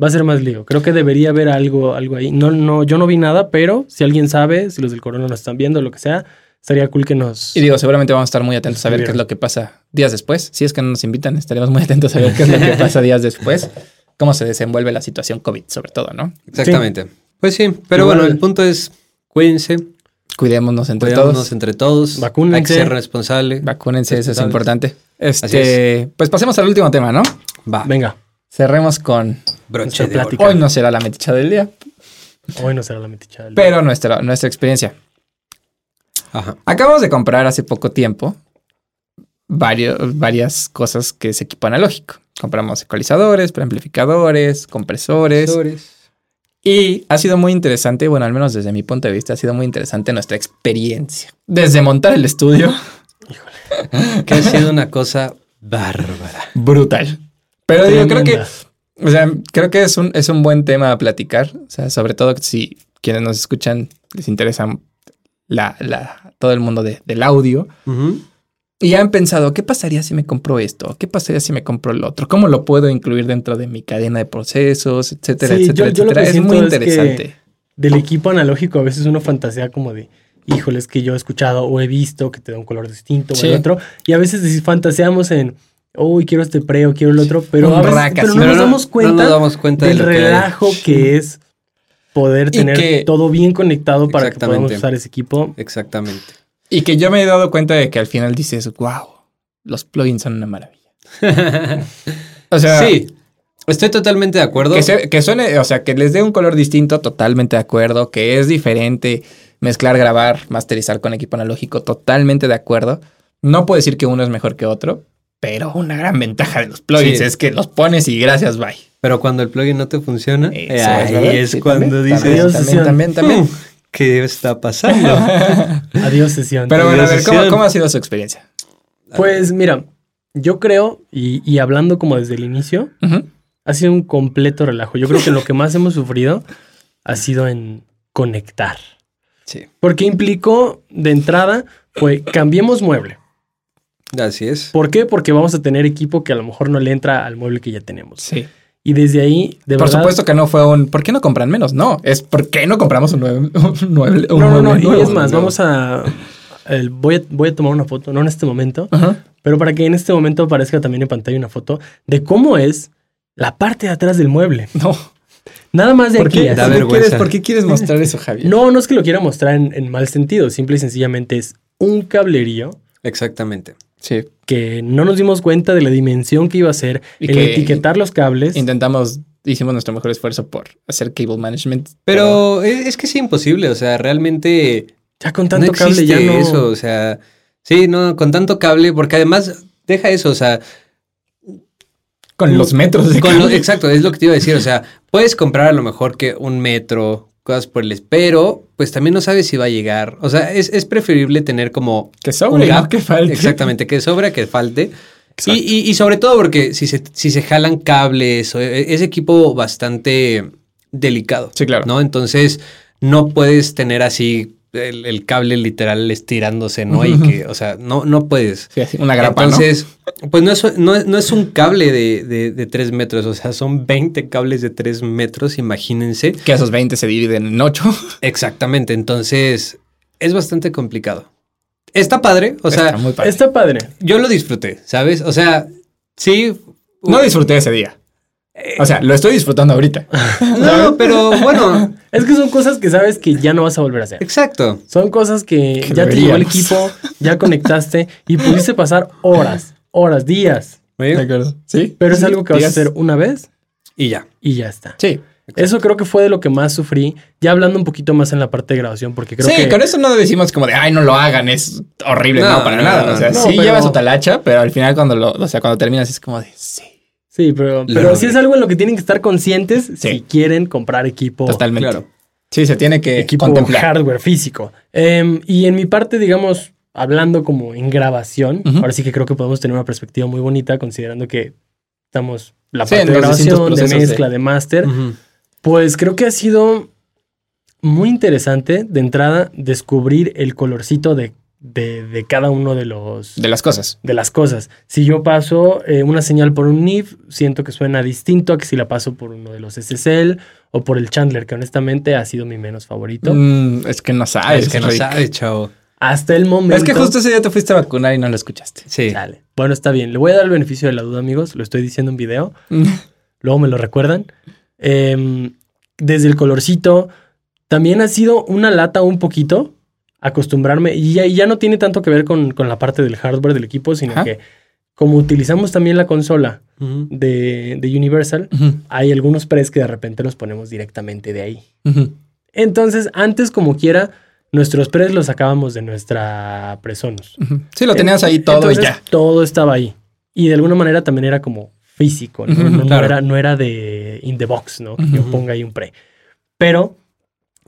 Va a ser más lío. Creo que debería haber algo, algo ahí. No, no, yo no vi nada, pero si alguien sabe, si los del corona nos están viendo, lo que sea, estaría cool que nos.
Y digo, seguramente vamos a estar muy atentos a ver qué es
Estuvieron.
lo que pasa días después. Si es que no nos invitan, estaremos muy atentos a ver qué es lo que pasa días después. Cómo se desenvuelve la situación COVID, sobre todo, ¿no?
Exactamente. Pues sí, pero
Igual.
bueno, el punto es cuídense,
Cuidémonos entre
cuidémonos
todos.
entre todos.
Vacúnense.
Hay que ser responsable.
Vacúnense, eso es
Responsables.
importante. Este, pues pasemos al último tema, ¿no?
Va,
Ah, Venga,
Cerremos con
broche
nuestra
de oro.
plática.
hoy no será la meticha del día,
hoy no Ah, será la meticha. del-
pero nuestra, nuestra experiencia.
Ajá.
Acabamos de comprar hace poco tiempo vario- varias cosas que es equipo analógico. Compramos ecualizadores, preamplificadores, compresores. Y ha sido muy interesante, bueno, al menos desde mi punto de vista, ha sido muy interesante nuestra experiencia. Desde montar el estudio,
Que ha sido una cosa bárbara.
brutal. Pero digo, creo que,
Tremenda.
o sea, creo que es un, es un buen tema a platicar. O sea, sobre todo si quienes nos
Pues,
escuchan les interesa la, la- todo el mundo de- del audio.
Ujú.
Y han pensado, ¿qué pasaría si me compro esto? ¿Qué pasaría si me compro el otro? ¿Cómo lo puedo incluir dentro de mi cadena de procesos, etcétera,
Sí, yo-
etcétera,
yo lo que
etcétera? Es
siento
muy
es que-
interesante.
Del equipo analógico a veces uno fantasea como de, híjole, es que yo he escuchado o he visto que te da un color distinto
Sí.
o el otro. Y a veces dec- fantaseamos en, uy, quiero este pre o quiero el otro, pero,
Un
a veces-
raca,
pero
sí.
no
Pero
nos damos cuenta
no nos damos cuenta de
del
lo que hay.
relajo que, es poder
Y
tener
que-
todo bien conectado para que podamos
Exactamente.
usar ese equipo.
Exactamente.
Y que yo me he dado cuenta de que al final dices, wow, los plugins son una maravilla. O sea,
sí, estoy totalmente de acuerdo.
que, se- que suene, o sea, que les dé un color distinto, totalmente de acuerdo, que es diferente mezclar, grabar, masterizar con equipo analógico, totalmente de acuerdo. No puedo decir que uno es mejor que otro, pero una gran ventaja de los plugins
Sí.
es que los pones y gracias, bye.
Pero cuando el plugin no te funciona,
Eso
eh, ahí
¿verdad?
es
Sí,
cuando
también,
dices,
Adiós,
También,
sesión.
también, también.
"Mm, ¿qué está pasando?
Adiós, sesión.
Pero bueno, a ver, ¿cómo,
decisión.
cómo ha sido su experiencia?
Pues mira, yo creo, y, y hablando como desde el inicio,
Ujú.
ha sido un completo relajo. Yo creo que lo que más hemos sufrido ha sido en conectar.
sí,
Porque implicó de entrada, pues cambiemos mueble.
así es.
¿Por qué? Porque vamos a tener equipo que a lo mejor no le entra al mueble que ya tenemos.
Sí.
Y desde ahí, de
Por
verdad.
supuesto que no fue un ¿por qué no compran menos? No, es ¿por qué no compramos un nuevo? Un mueble- un
No, no, no.
mueble
Y es
nuevo?
más, vamos a, el- voy a. Voy a tomar una foto, no en este momento,
Ajá.
pero para que en este momento aparezca también en pantalla una foto de cómo es la parte de atrás del mueble.
No.
Nada más de
¿Por
aquí.
qué,
así.
Da
por qué
vergüenza.
quieres, por qué quieres mostrar eso, Javier?
No, no es que lo quiera mostrar en, en mal sentido. Simple y sencillamente es un cablerío
Exactamente.
Sí.
que no nos dimos cuenta de la dimensión que iba a ser
Y
el
que-
etiquetar los cables.
Intentamos, hicimos nuestro mejor esfuerzo por hacer cable management.
Pero e, es es que es imposible, o sea, realmente
Ya con tanto
no
cable ya no.
eso, o sea, sí, no, con tanto cable, porque además deja eso, o sea,
con los metros de
con lo-
cable.
exacto, es lo que te iba a decir, o sea, puedes comprar a lo mejor que un metro, cosas por el, pero pues también no sabes si va a llegar, o sea, es, es preferible tener como
que sobre,
un
¿no?
gap,
que falte.
exactamente, que sobra, que falte, y,
Exacto.
y- y sobre todo porque si se, si se jalan cables, o- e- es equipo bastante delicado.
Sí, claro.
¿no? Entonces, no puedes tener así el, el cable literal estirándose, ¿no? Y que, o sea, no, no puedes.
Sí, así, una grapa, ¿no?
Entonces, pues no es, no, es- no es un cable de, de, de 3 metros, o sea, son 20 cables de 3 metros, imagínense.
Que esos 20 se dividen en 8.
Exactamente, entonces es bastante complicado. Está padre, o sea,
Está muy padre.
Está padre.
yo lo disfruté, ¿sabes? O sea, sí.
No disfruté ese día.
Eh.
O sea, lo estoy disfrutando ahorita.
No, pero bueno,
Es que son cosas que sabes que ya no vas a volver a hacer.
exacto.
Son cosas que,
Que
ya te llegó el
deberíamos.
equipo, ya conectaste y pudiste pasar horas, horas, días.
¿De acuerdo? Sí.
Pero es algo que vas a
Días.
hacer una vez
¿eh? Y ya.
y ya está.
Sí.
Eso creo que fue de lo que más sufrí. Ya hablando un poquito más en la parte de grabación, porque creo
sí,
que.
con eso no decimos como de, ay, no lo hagan, es horrible, no,
No,
para
no,
nada.
no,
o sea,
no,
sí
pero-
lleva su talacha, pero al final cuando lo, o sea, cuando terminas es como de, sí,
Sí, pero,
Lo
pero sí
logré.
es algo en lo que tienen que estar conscientes si quieren comprar equipo.
totalmente.
Claro.
Sí, se tiene que
Oh, equipo
contemplar.
hardware físico. Em, y en mi parte, digamos, hablando como en grabación,
Ujú.
ahora sí que creo que podemos tener una perspectiva muy bonita considerando que estamos la
Sí,
parte
en
de
los
grabación,
distintos
de
procesos de-
mezcla, de máster.
Ujú.
Pues creo que ha sido muy interesante de entrada descubrir el colorcito de, de- de cada uno de los
De las cosas.
de las cosas. Si yo paso eh, una señal por un NIF, siento que suena distinto a que si la paso por uno de los SSL o por el Chandler, que honestamente ha sido mi menos favorito.
Mm, es que no sabes.
es que no
Rick.
sabes, chavo.
Hasta el momento.
Es que justo ese día te fuiste a vacunar y no lo escuchaste.
Sí.
Chale. Bueno, está bien. Le voy a dar el beneficio de la duda, amigos. Lo estoy diciendo en video. Luego me lo recuerdan. Em, desde el colorcito. También ha sido una lata un poquito acostumbrarme. Y ya, y ya no tiene tanto que ver con, con la parte del hardware del equipo, sino
Ajá.
que como utilizamos también la consola
Ujú.
de, de Universal,
Ujú,
hay algunos pres que de repente los ponemos directamente de ahí.
ujú.
Entonces, antes como quiera, nuestros pres los sacábamos de nuestra Presonus.
Ujú. Sí, lo tenías ahí todo
Entonces,
y ya.
Todo estaba ahí. Y de alguna manera también era como físico, ¿no?
Ujú,
No- no,
claro.
era, no era de in the box, ¿no? Que yo
Ujú.
ponga ahí un pre. Pero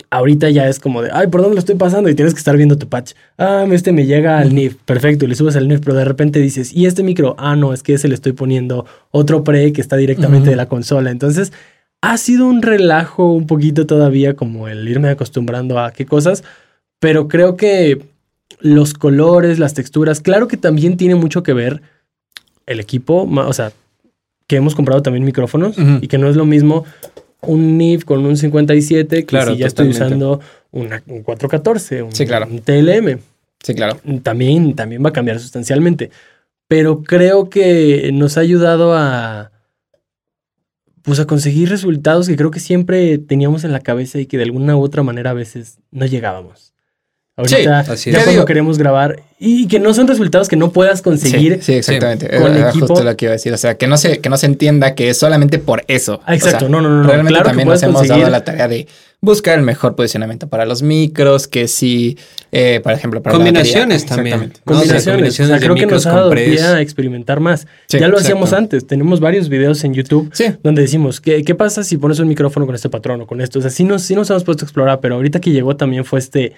ahorita ya es como de, ay, ¿por dónde lo estoy pasando? Y tienes que estar viendo tu patch. Ah, este me llega al NIF. Perfecto, y le subes al NIF, pero de repente dices, ¿y este micro? Ah, no, es que ese le estoy poniendo otro pre que está directamente
Ujú.
de la consola. Entonces, ha sido un relajo un poquito todavía como el irme acostumbrando a qué cosas, pero creo que los colores, las texturas. Claro que también tiene mucho que ver el equipo, ma- o sea, que hemos comprado también micrófonos
Ujú.
y que no es lo mismo un NIF con un 57 que
Claro,
si ya estoy
totalmente.
usando una, un 414, un,
Sí, claro.
un TLM.
Sí, claro.
También, también va a cambiar sustancialmente. Pero creo que nos ha ayudado a pues a conseguir resultados que creo que siempre teníamos en la cabeza y que de alguna u otra manera a veces no llegábamos.
Sí,
Ahorita
así
ya
es.
cuando
Digo-
queremos grabar y que no son resultados que no puedas conseguir
Sí, sí, exactamente.
con
Era- era
equipo.
justo lo que iba a decir. O sea, que no se, que no se entienda que es solamente por eso.
Ah, exacto.
O sea,
no, no, no, no.
Realmente
claro que
también
puedes
nos hemos
conseguir.
dado la tarea de buscar el mejor posicionamiento para los micros, que sí, eh, por ejemplo, para la batería.
Combinaciones también.
Exactamente.
¿no? O sea,
Combinaciones.
combinaciones
O sea,
de
creo que nos
micros
ha dado
con
pie
press.
a experimentar más.
Sí,
ya lo
exacto.
hacíamos antes. Tenemos varios videos en YouTube
Sí,
donde decimos, ¿qué, qué pasa si pones un micrófono con este patrón o con esto? O sea, sí nos, sí nos hemos puesto a explorar, pero ahorita que llegó también fue este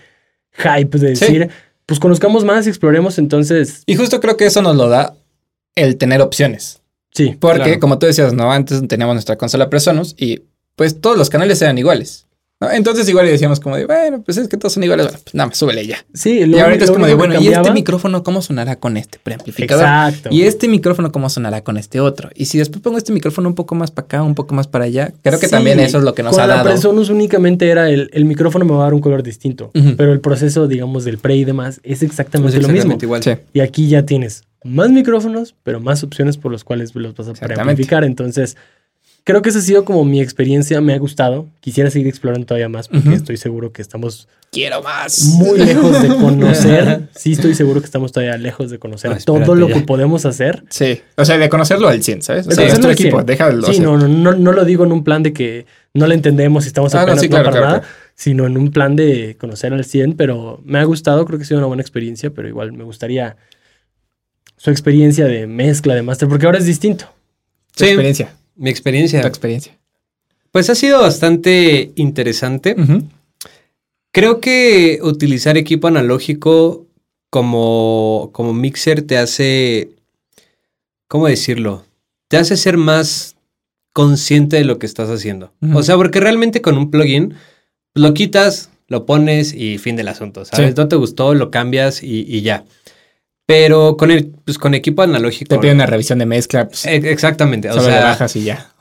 hype de
Sí.
decir, pues conozcamos más y exploremos. Entonces,
y justo creo que eso nos lo da el tener opciones.
sí,
Porque,
Claro.
como tú decías, no, antes teníamos nuestra consola Presonus y pues todos los canales eran iguales. ¿no? Entonces igual decíamos como de, bueno, pues es que todos son iguales, bueno, pues nada más, súbele ya.
sí.
Y
lo
ahorita
único-
es
lo
como de,
único que
bueno, ¿y este
cambiaba-
micrófono cómo sonará con este preamplificador?
Exacto.
Y este micrófono cómo sonará con este otro. Y si después pongo este micrófono un poco más para acá, un poco más para allá, creo que
Sí,
también eso es lo que nos
con
ha
la
dado.
Presonus únicamente era el, el micrófono me va a dar un color distinto,
Ujú.
pero el proceso, digamos, del pre y demás es exactamente,
Es
lo mismo.
exactamente igual.
Sí.
Y aquí ya tienes más micrófonos, pero más opciones por los cuales los vas a
Exactamente.
preamplificar. Entonces, creo que esa ha sido como mi experiencia. Me ha gustado. Quisiera seguir explorando todavía más porque
Ujú.
estoy seguro que estamos
Quiero más.
muy lejos de conocer. sí, estoy seguro que estamos todavía lejos de conocer
No, espérate,
todo lo
ya.
que podemos hacer.
Sí. O sea, de conocerlo al 100, ¿sabes? O
De
sea, es tu
conocerlo al
equipo,
100.
déjalo.
Sí,
hacer.
no, no, no, no lo digo en un plan de que no lo entendemos y estamos
Ah, no,
apenas
sí,
no
claro,
para
claro,
nada, sino en un plan de conocer al 100, pero me ha gustado, creo que ha sido una buena experiencia, pero igual me gustaría su experiencia de mezcla de máster, porque ahora es distinto.
Tu
Sí.
experiencia.
Mi
Tu
experiencia.
experiencia.
Pues ha sido bastante interesante.
Ujú.
Creo que utilizar equipo analógico como, como mixer te hace, ¿cómo decirlo? Te hace ser más consciente de lo que estás haciendo.
Ujú.
O sea, porque realmente con un plugin lo quitas, lo pones y fin del asunto, ¿sabes?
Sí.
No te gustó, lo cambias y, y ya. Pero con el, pues con equipo analógico.
Te pide una revisión de mezcla, pues,
Eh,
E- Exactamente. O
solo le
sea,
bajas y ya.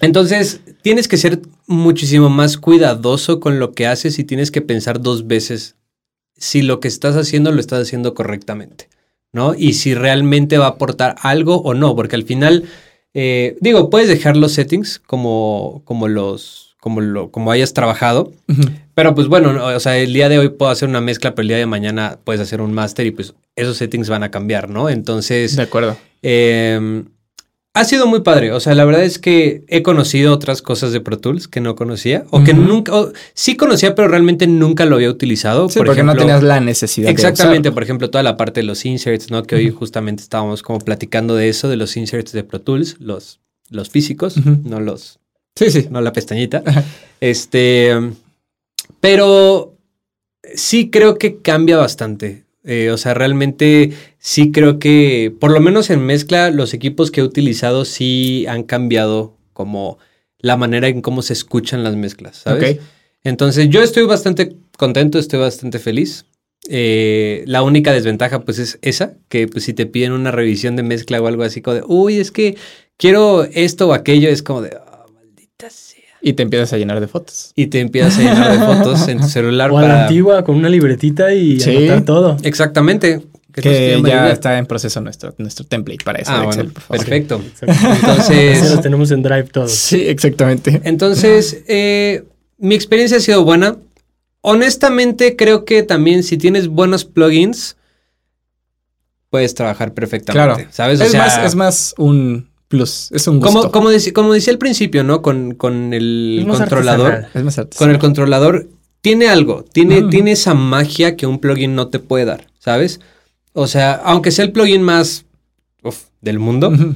entonces, tienes que ser muchísimo más cuidadoso con lo que haces y tienes que pensar dos veces si lo que estás haciendo lo estás haciendo correctamente, ¿no? Y si realmente va a aportar algo o no, porque al final, eh, digo, puedes dejar los settings como, como los, como lo, como hayas trabajado, pero pues bueno, no, o sea, el día de hoy puedo hacer una mezcla, pero el día de mañana puedes hacer un máster y pues esos settings van a cambiar, ¿no? Entonces,
De acuerdo.
eh, ha sido muy padre. O sea, la verdad es que he conocido otras cosas de Pro Tools que no conocía o que
Ujú.
nunca, o sí conocía, pero realmente nunca lo había utilizado.
Sí,
Por
porque no
ejemplo,
tenías la necesidad
Exactamente,
de
por ejemplo, toda la parte de los inserts, ¿no? Que hoy justamente estábamos como platicando de eso, de los inserts de Pro Tools, los, los físicos,
Ujú.
no los,
Sí, sí.
no la pestañita. este, pero sí creo que cambia bastante. Eh, o sea, realmente sí creo que, por lo menos en mezcla, los equipos que he utilizado sí han cambiado como la manera en cómo se escuchan las mezclas, ¿sabes?
Ok.
Entonces yo estoy bastante contento, estoy bastante feliz. Eh, la única desventaja pues es esa, que pues si te piden una revisión de mezcla o algo así como de, uy, es que quiero esto o aquello, es como de, "Ah, maldita sea.
Y te empiezas a llenar de fotos.
Y te empiezas a llenar de fotos en tu celular
O a la
para...
antigua, con una libretita y
Sí.
anotar todo.
Exactamente. Que nos
Que
quieren
ya
validar.
está en proceso nuestro, nuestro template para eso.
Ah,
de Excel,
bueno,
por favor.
perfecto.
Entonces
Entonces,
los tenemos en Drive todos.
Sí, exactamente.
entonces eh, mi experiencia ha sido buena. Honestamente, creo que también si tienes buenos plugins, puedes trabajar perfectamente.
Claro.
¿Sabes? O
es,
sea,
más, es más un plus, es un gusto.
como, como, deci- como decía al principio, ¿no? Con, con el
Es más
controlador.
artesanal.
Es más
Con
artesanal.
el controlador tiene algo, tiene,
Ujú.
tiene esa magia que un plugin no te puede dar, ¿sabes? O sea, aunque sea el plugin más uf, del mundo,
Ujú.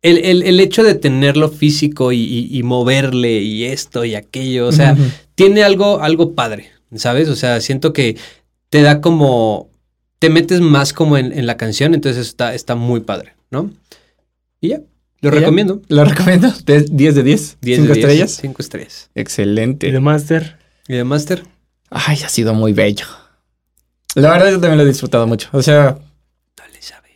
el, el- el hecho de tenerlo físico y, y- y moverle y esto y aquello, o sea,
Ujú.
tiene algo, algo padre, ¿sabes? O sea, siento que te da como, te metes más como en, en la canción, entonces está, está muy padre, ¿no? Y ya, lo
¿Y ya?
recomiendo.
Lo recomiendo. De- 10 de 10.
10
5
de 10,
estrellas.
Cinco estrellas.
Y
Excelente.
de Master.
¿Y de Master?
Ay, ha sido muy bello. La verdad, yo también lo he disfrutado mucho. O sea,
No le sabe.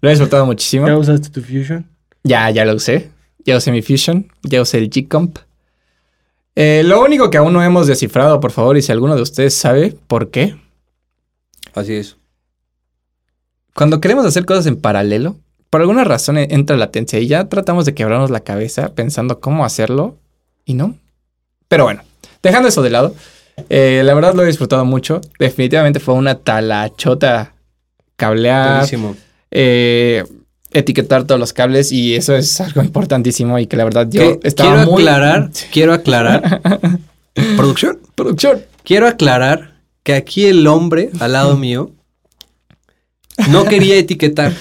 lo he disfrutado muchísimo.
¿Ya usaste tu Fusion?
Ya, ya lo usé. Ya usé mi Fusion. Ya usé el G-Comp. Eh, lo único que aún no hemos descifrado, por favor, y si alguno de ustedes sabe por qué,
Así es.
cuando queremos hacer cosas en paralelo, por alguna razón eh, entra latencia y ya tratamos de quebrarnos la cabeza pensando cómo hacerlo y no. Pero bueno, dejando eso de lado, eh, la verdad lo he disfrutado mucho. Definitivamente fue una talachota cablear,
Buenísimo.
eh, etiquetar todos los cables y eso es algo importantísimo y que la verdad yo
Que-
estaba
quiero
muy...
aclarar, quiero aclarar. ¿Producción?
Producción.
Quiero aclarar que aquí el hombre al lado mío no quería etiquetar.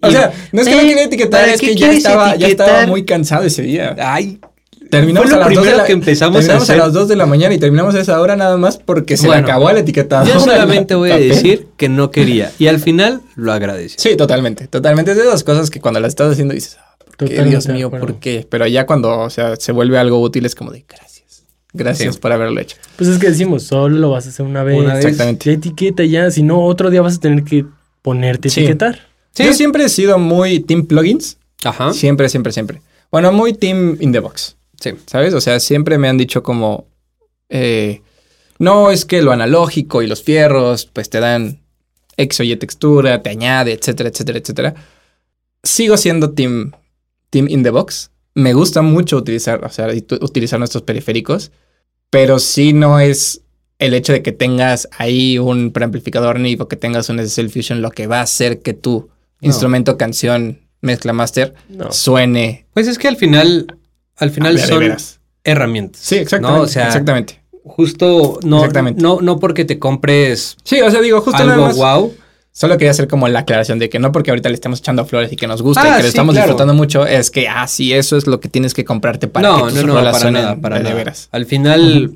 O
Y-
sea, no es que no
Eh,
quería etiquetar,
¿para
es
qué
que ya
quieres
estaba, ya
etiquetar?
estaba muy cansado ese día.
ay,
Terminamos
Fue
a
lo
las dos de
primero
la,
que empezamos a
terminamos a,
hacer.
las 2 de la mañana y terminamos a esa hora nada más porque se le
Bueno,
acabó el etiquetado.
yo solamente voy a
Ok.
decir que no quería. Y al final lo agradecí.
Sí, totalmente, totalmente. Es de esas cosas que cuando las estás haciendo dices, "Ah, ¿por qué,
Totalmente
Dios
de
mío,
acuerdo.
¿por qué? Pero ya cuando o sea, se vuelve algo útil es como de gracias. Gracias por haberlo hecho.
Pues es que decimos, solo lo vas a hacer una vez.
Una vez.
Exactamente.
Ya etiqueta ya, si no, otro día vas a tener que ponerte a
Sí.
etiquetar.
Yo siempre he sido muy team plugins.
Ajá. Sí.
Siempre, siempre, siempre. Bueno, muy team in the box. ¿Sabes? O sea, siempre me han dicho como, eh, no, es que lo analógico y los fierros, pues te dan X o Y textura, te añade, etcétera, etcétera, etcétera. Sigo siendo team, team in the box. Me gusta mucho utilizar, o sea, y tu- utilizar nuestros periféricos, pero sí no es el hecho de que tengas ahí un preamplificador ni o que tengas un SSL Fusion lo que va a hacer que tu
No.
instrumento, canción, mezcla master
No.
suene.
Pues es que al final, al final
Ah, de
son
veras.
herramientas.
Sí, exactamente.
No, o sea,
exactamente.
Justo no,
Exactamente.
no, no porque te compres
Sí, o sea, digo, justo nada
algo
más.
wow.
Solo quería hacer como la aclaración de que no porque ahorita le estamos echando flores y que nos gusta y
Ah,
que lo
sí,
estamos
claro.
disfrutando mucho, es que, ah, sí, eso es lo que tienes que comprarte para que
No,
tus
no, no,
rolas
para
suenen
nada, para
de
nada.
veras.
Al final,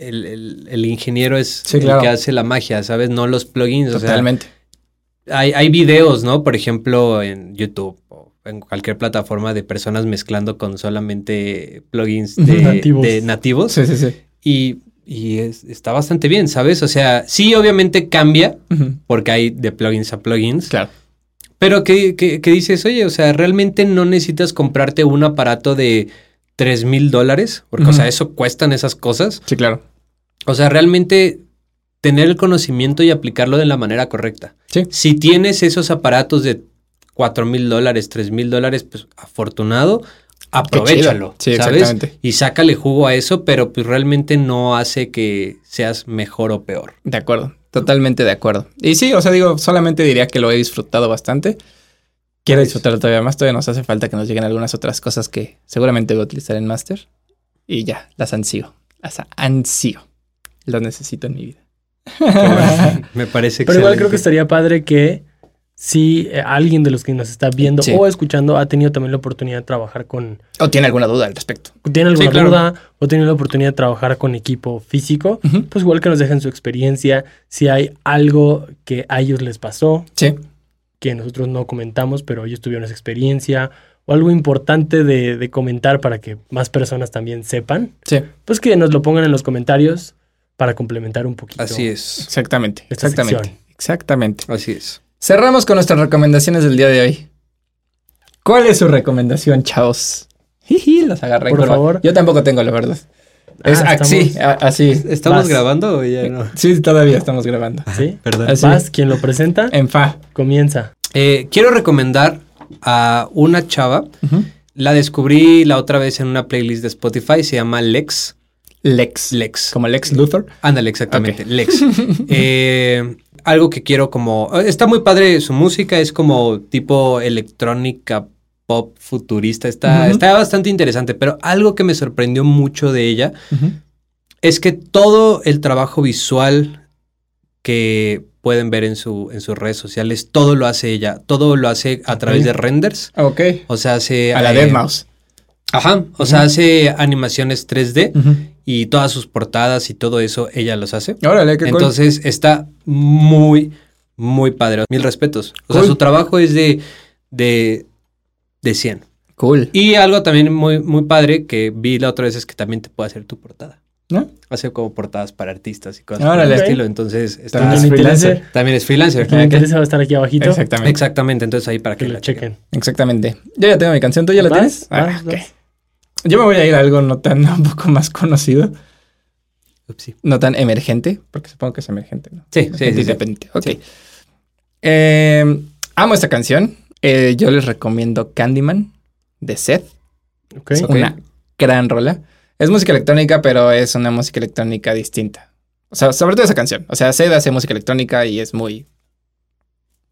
el, el- el ingeniero es
Sí,
el
claro.
que hace la magia, ¿sabes? No los plugins. Totalmente.
Totalmente.
hay, hay videos, ¿no? Por ejemplo, en YouTube o en cualquier plataforma de personas mezclando con solamente plugins de
Ujú. Nativos.
nativos. De nativos
sí, sí.
Y, y es- está bastante bien, ¿sabes? O sea, sí, obviamente cambia
Ujú.
porque hay de plugins a plugins.
Claro.
Pero que, que- que dices, oye, o sea, realmente no necesitas comprarte un aparato de 3 mil dólares, porque, o sea,
Ujú.
eso cuestan esas cosas.
Sí, claro.
O sea, realmente tener el conocimiento y aplicarlo de la manera correcta.
Sí.
Si tienes esos aparatos de 4 mil dólares, 3 mil dólares, pues afortunado, aprovechalo.
Sí,
¿sabes?
exactamente.
Y sácale jugo a eso, pero pues realmente no hace que seas mejor o peor.
De acuerdo. Totalmente de acuerdo. Y sí, o sea, digo, solamente diría que lo he disfrutado bastante. Quiero disfrutarlo todavía más. Todavía nos hace falta que nos lleguen algunas otras cosas que seguramente voy a utilizar en Master. Y ya, las ansío. Las ansío. Las necesito en mi vida.
Me parece
Pero igual creo
excelente.
que estaría padre que si eh, alguien de los que nos está viendo
Sí.
o escuchando ha tenido también la oportunidad de trabajar con,
¿O tiene alguna duda al respecto?
tiene alguna
claro.
duda o tiene la oportunidad de trabajar con equipo físico,
Ujú.
pues igual que nos dejen su experiencia, si hay algo que a ellos les pasó,
Sí.
que nosotros no comentamos, pero ellos tuvieron esa experiencia, o algo importante de, de comentar para que más personas también sepan,
Sí,
pues que nos lo pongan en los comentarios para complementar un poquito.
Así es.
exactamente.
Esta
Exactamente.
sección.
Exactamente.
Así es.
Cerramos con nuestras recomendaciones del día de hoy. ¿Cuál es su recomendación, chavos? Jiji, los agarré. en
Por
curva.
favor.
Yo tampoco tengo, la verdad. Es
Ah,
así,
estamos-
a- así.
¿Estamos
Vas.
grabando o ya no?
Sí, todavía estamos grabando.
¿Sí?
Perdón.
Así. Eh,
Vas, quien lo presenta,
En fa.
comienza.
Eh, quiero recomendar a una chava. La descubrí la otra vez en una playlist de Spotify. Se llama Lex.
Lex.
Lex.
Como Lex Luthor.
Ándale, exactamente. Lex. Eh, algo que quiero como... Está muy padre su música. Es como tipo electrónica pop futurista. Está,
Ujú.
está bastante interesante. Pero algo que me sorprendió mucho de ella es que todo el trabajo visual que pueden ver en, su, en sus redes sociales, todo lo hace ella. Todo lo hace a través de renders.
Ok.
O sea, hace...
A la
eh,
Dead Mouse.
Ajá, o sea, hace animaciones 3D y todas sus portadas y todo eso ella los hace.
Órale, qué cool.
Entonces está muy, muy padre. Mil respetos. O sea,
Cool.
su trabajo es de, de, de 100.
Cool.
Y algo también muy, muy padre que vi la otra vez es que también te puede hacer tu portada.
¿No?
Hace como portadas para artistas y cosas
Órale.
por el
Ok.
estilo. Entonces, está-
Ah,
También
es freelancer.
interesa.
también es freelancer.
Quien le
Ah, ok.
interesa va a estar aquí abajito.
Exactamente.
Exactamente, entonces ahí para
Que
que
lo
la chequen.
chequen.
Exactamente. Yo ya tengo mi canción. ¿Tú ya la
¿Vas?
tienes? Ah,
¿Vas?
ok.
¿Vas?
Yo me voy a ir a algo no tan, un poco más conocido,
Upsi.
no tan emergente, porque supongo que es emergente, ¿no?
Sí, sí,
Emergente
sí, sí.
independiente. Ok. Eh, amo esta canción. Eh, yo les recomiendo Candyman de Seth.
Ok.
Es una gran rola. Es música electrónica, pero es una música electrónica distinta. O sea, sobre todo esa canción. O sea, Seth hace música electrónica y es muy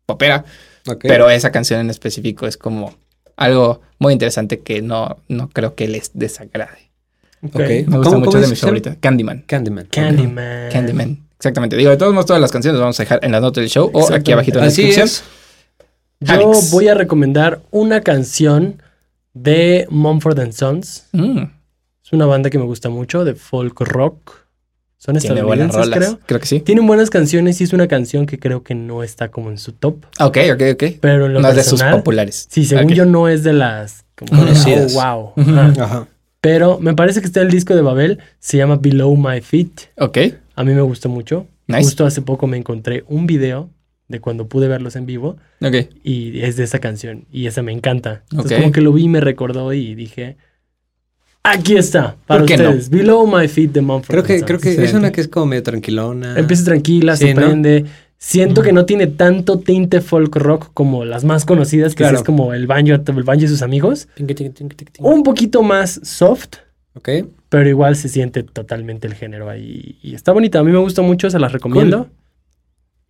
popera.
Ok.
Pero esa canción en específico es como algo muy interesante que no, no creo que les desagrade.
ok.
Ok.
Me gusta
¿Cómo-
mucho
cómo
de
es que se
mis
llama?
favoritas. Candyman.
Candyman.
Candyman.
Candyman. Exactamente. Digo, de todos modos, todas las canciones las vamos a dejar en las notas del show o aquí
Exactamente.
abajito en la
Así
descripción.
es.
Yo
Alex.
voy a recomendar una canción de Mumford and Sons.
Mm,
Es una banda que me gusta mucho, de folk rock. Son
tiene buenas
estadounidenses,
rolas.
creo.
Creo. que sí.
Tienen buenas canciones y es una canción que creo que no está como en su top.
Ok, ok, ok.
Pero en lo
Una de sus
personal,
populares.
sí, según
Ok.
yo no es de las como,
Conocidas.
Oh, wow.
Ujú.
Ajá.
Ajá.
Pero me parece que está el disco de Babel, se llama Below My Feet.
Ok.
A mí me gustó mucho.
Nice.
Justo hace poco me encontré un video de cuando pude verlos en vivo
Ok.
y es de esa canción y esa me encanta. Entonces
Ok.
como que lo vi y me recordó y dije, aquí está, para
¿Por qué no?
ustedes, Below My Feet de Mumford.
Creo que,
and
creo
Sons.
que es
Excelente.
una que es como medio tranquilona.
Empieza tranquila,
Sí, ¿no?
sorprende. Siento que no tiene tanto tinte folk rock como las más conocidas, que sí
Claro.
es como el banjo, el banjo y sus amigos.
Tinga, tinga, tinga, tinga, tinga.
Un poquito más soft,
Ok.
pero igual se siente totalmente el género ahí. Y está bonita, a mí me gusta mucho, se las recomiendo.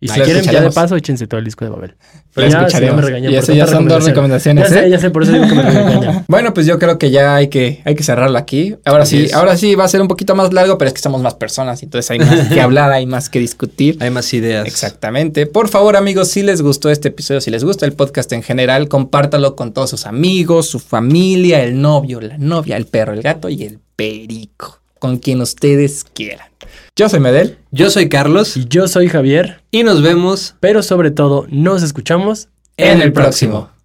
Y si
La
quieren, ya de
escucharemos.
paso, échense todo el disco de Babel.
La
Pero ya, si no
escucharemos.
me regañan
Y
por
eso ya
tanta
son dos
recomendación. Ya
recomendaciones, ¿eh?
sé, ya sé, por eso digo que me regañan.
Bueno, pues yo creo que ya hay que, hay que cerrarla aquí. Ahora
Así
sí,
es.
ahora sí va a ser un poquito más largo, pero es que somos más personas, entonces hay más que hablar, hay más que discutir.
Hay más ideas.
Exactamente. Por favor, amigos, si les gustó este episodio, si les gusta el podcast en general, compártalo con todos sus amigos, su familia, el novio, la novia, el perro, el gato y el perico, con quien ustedes quieran. Yo soy Medel.
Yo soy Carlos
Y yo soy Javier,
y nos vemos
pero sobre todo, nos escuchamos
En el próximo.